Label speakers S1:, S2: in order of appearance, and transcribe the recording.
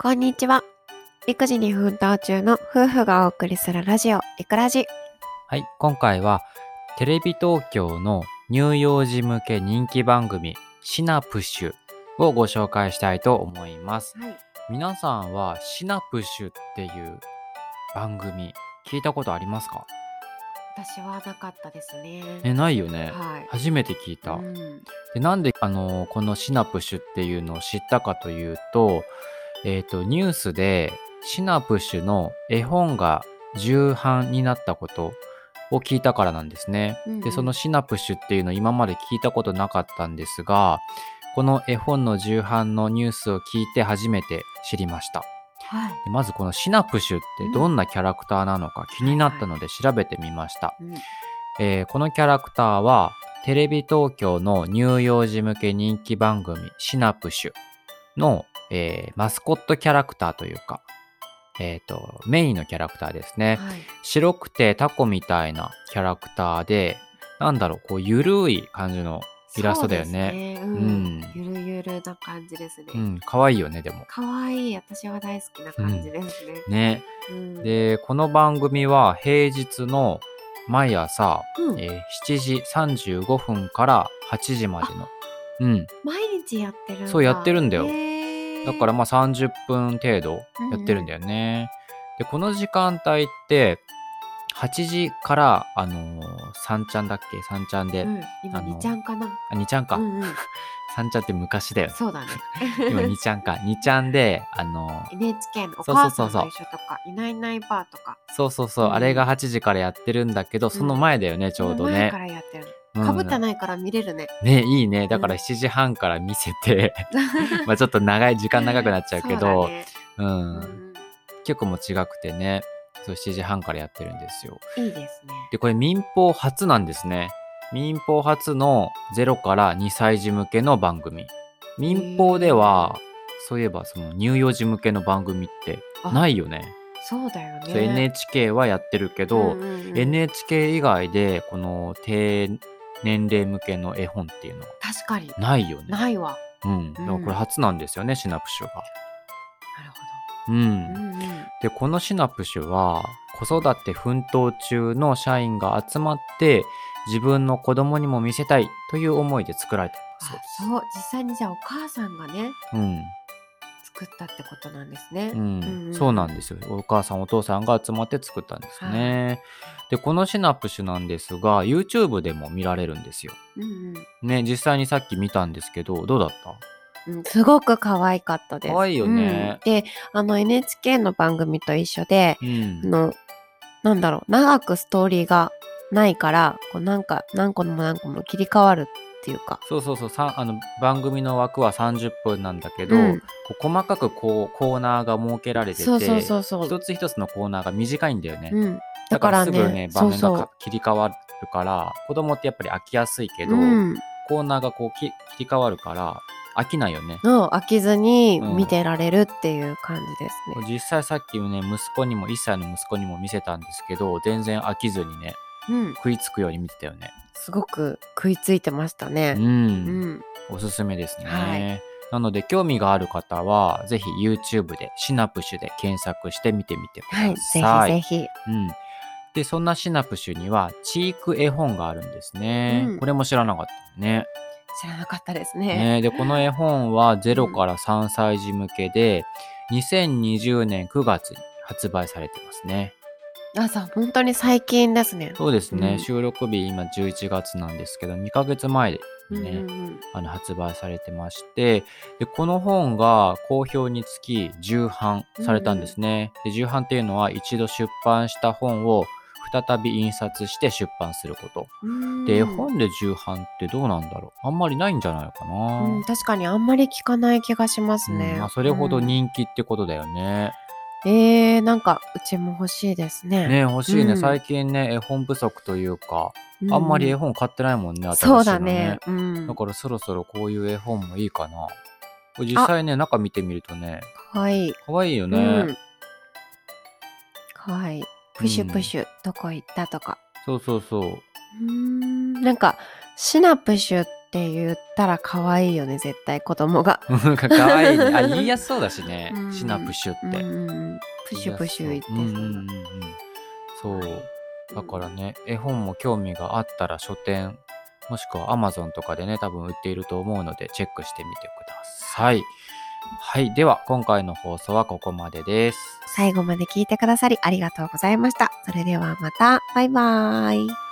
S1: こんにちは。育児に奮闘中の夫婦がお送りするラジオ、イクラジ。
S2: はい、今回はテレビ東京の乳幼児向け人気番組シナプッシュをご紹介したいと思います。
S1: はい
S2: 皆さんはシナプッシュっていう番組聞いたことありますか？
S1: 私はなかったですね。
S2: え、ないよね。
S1: はい。
S2: 初めて聞いた。
S1: うん
S2: でなんで、あのこのシナプシュっていうのを知ったかというと,、えー、とニュースでシナプシュの絵本が重版になったことを聞いたからなんですね。
S1: うんうん
S2: でそのシナプシュっていうのを今まで聞いたことなかったんですがこの絵本の重版のニュースを聞いて初めて知りました。
S1: はい。
S2: でまずこのシナプシュってどんなキャラクターなのか気になったので調べてみました。
S1: うん
S2: えーこのキャラクターはテレビ東京の乳幼児向け人気番組「シナプシュの」えーマスコットキャラクターというか、えーとメインのキャラクターですね
S1: はい。
S2: 白くてタコみたいなキャラクターでなんだろうこうゆるい感じの、イラストだよね
S1: そうですね
S2: うん
S1: うん。ゆるゆるな感じですね
S2: う。ん、可愛いよねでも
S1: 可愛い私は大好きな感じですね。
S2: ね
S1: うん、
S2: でこの番組は平日の毎朝、
S1: うん
S2: えー7時35分から8時までのうん
S1: 毎日やってるんだ
S2: そうやってるんだよ
S1: へー
S2: だからまあ30分程度やってるんだよね。でこの時間帯って8時から、あのー、3ちゃんだっけ3ちゃんで、
S1: うん、今
S2: あの
S1: 2ちゃんかな。
S2: あ2ちゃんか、
S1: うんうん、
S2: 3ちゃんって昔だよね
S1: そうだね。
S2: 今2ちゃ んか2ちゃんであのー
S1: NHK のお
S2: そうそ
S1: 母
S2: う
S1: さ
S2: そ
S1: ん
S2: うそう
S1: と一緒とか、いないいないばあとか、
S2: そうそうそう、
S1: うん
S2: あれが8時からやってるんだけどその前だよね、ちょうど
S1: 前
S2: ね
S1: か。らやってる
S2: う
S1: の。
S2: ん
S1: かぶったないから見れるね。
S2: ねいいねだか
S1: う
S2: ら
S1: ん
S2: 7時半から見せて まあちょっと長い時間長くなっちゃうけ
S1: そう
S2: ど
S1: だね
S2: う
S1: うん
S2: ん、
S1: うん
S2: 結構もう違くてねそう7時半からやってるんですよ。
S1: いいですね。
S2: で、これ民放初なんですね。民放初の0から2歳児向けの番組。民放では、そういえばその乳幼児向けの番組って
S1: あ
S2: ないよね。
S1: そうだよ
S2: そう
S1: ね。
S2: NHK はやってるけど、
S1: うんうんうん
S2: NHK 以外でこの低年齢向けの絵本っていうのは
S1: 確かに。
S2: ないよね。
S1: ないわ。
S2: うん。でもこれ初なんですよね、シナプシュが。
S1: なるほ
S2: うん
S1: ど。うんうん
S2: でこのシナプシュは子育て奮闘中の社員が集まって自分の子供にも見せたいという思いで作られて
S1: あ
S2: ますそうです
S1: そう実際にじゃあお母さんがね
S2: うん
S1: 作ったってことなんですね。
S2: うん
S1: うんうん
S2: そうなんですよお母さんお父さんが集まって作ったんですね、でこのシナプシュなんですが YouTube でも見られるんですよ
S1: うん
S2: ね実際にさっき見たんですけどどうだった
S1: うんうん、すごく可愛かったです。
S2: 可愛いよね
S1: うんであの NHK の番組と一緒で
S2: う
S1: あ
S2: ん
S1: のなんだろう長くストーリーがないからこうなんか何個も何個も切り替わるっていうか。
S2: そうそうそうさあの番組の枠は30分なんだけど、
S1: うん
S2: こう細かくこうコーナーが設けられてて
S1: そうそうそうそう。
S2: 一つ一つのコーナーが短いんだよね。
S1: うん、だ
S2: だ
S1: か
S2: からら
S1: ね
S2: すぐね場面
S1: そう
S2: が
S1: そう
S2: か切り替わるから子供ってやっぱり飽きやすいけど、
S1: うん、
S2: コーナーがこうき切り替わるから飽きないよね。
S1: の飽きずに見てられるっていう感じですね。
S2: 実際さっきね息子にも1歳の息子にも見せたんですけど全然飽きずにね
S1: うん、
S2: 食いつくように見てたよね。
S1: すごく食いついてました
S2: う、
S1: ね。うんん、
S2: おすすめですね。
S1: はい
S2: なので興味がある方はぜひ YouTube でシナプシュで検索して見てみてく
S1: は
S2: だ
S1: い、ぜ
S2: さい。
S1: ひぜ
S2: うん、でそんなシナプシュにはチーク絵本があるんですね、
S1: うん
S2: これも知らなかったね
S1: ひ知らなかったですね。
S2: ねでこの絵本は0から3歳児向けで2020年9月に発売されてますね
S1: あ、さ、本当に最近ですね。
S2: そうですね、
S1: うん
S2: 収録日今11月なんですけど2ヶ月前
S1: う
S2: に
S1: ん
S2: ね、
S1: うんうん
S2: あの発売されてましてでこの本が好評につき重版されたんですね、で重版っていうのは一度出版した本を再び印刷して出版すること
S1: うん
S2: で、絵本で重版ってどうなんだろうあんまりないんじゃないかな、
S1: うん、確かにあんまり聞かない気がしますね。
S2: うんまあ、それほど
S1: うん
S2: 人気ってことだよね。
S1: えー、なんかうちも欲しいですね。
S2: ね欲しいね、
S1: うん
S2: 最近ね絵本不足というか、
S1: う
S2: あんまり絵本買ってないもんね新しいの
S1: そ
S2: ね
S1: うだね。うん
S2: だ。からそろそろこういう絵本もいいかなこれ実際ね中見てみるとね
S1: かわいい。
S2: 可愛いよ
S1: う
S2: ね、
S1: ん。かわいい。プシュプシュ、どこ行ったとか。
S2: そうそうそう
S1: うーんなんかシナプシュっって言ったら可愛いよね絶対子供が、
S2: なんか可 愛いね。あ、言いやすそうだしね
S1: う。ん
S2: シナプシュっ
S1: う
S2: て。
S1: ん、プシュプシュ言って
S2: うんうんうんうんそう
S1: はい
S2: だからね絵本も興味があったら書店もしくは Amazon とかでね多分売っていると思うのでチェックしてみてくださいはいでは今回の放送はここまでです
S1: 最後まで聞いてくださりありがとうございましたそれではまたバイバーイ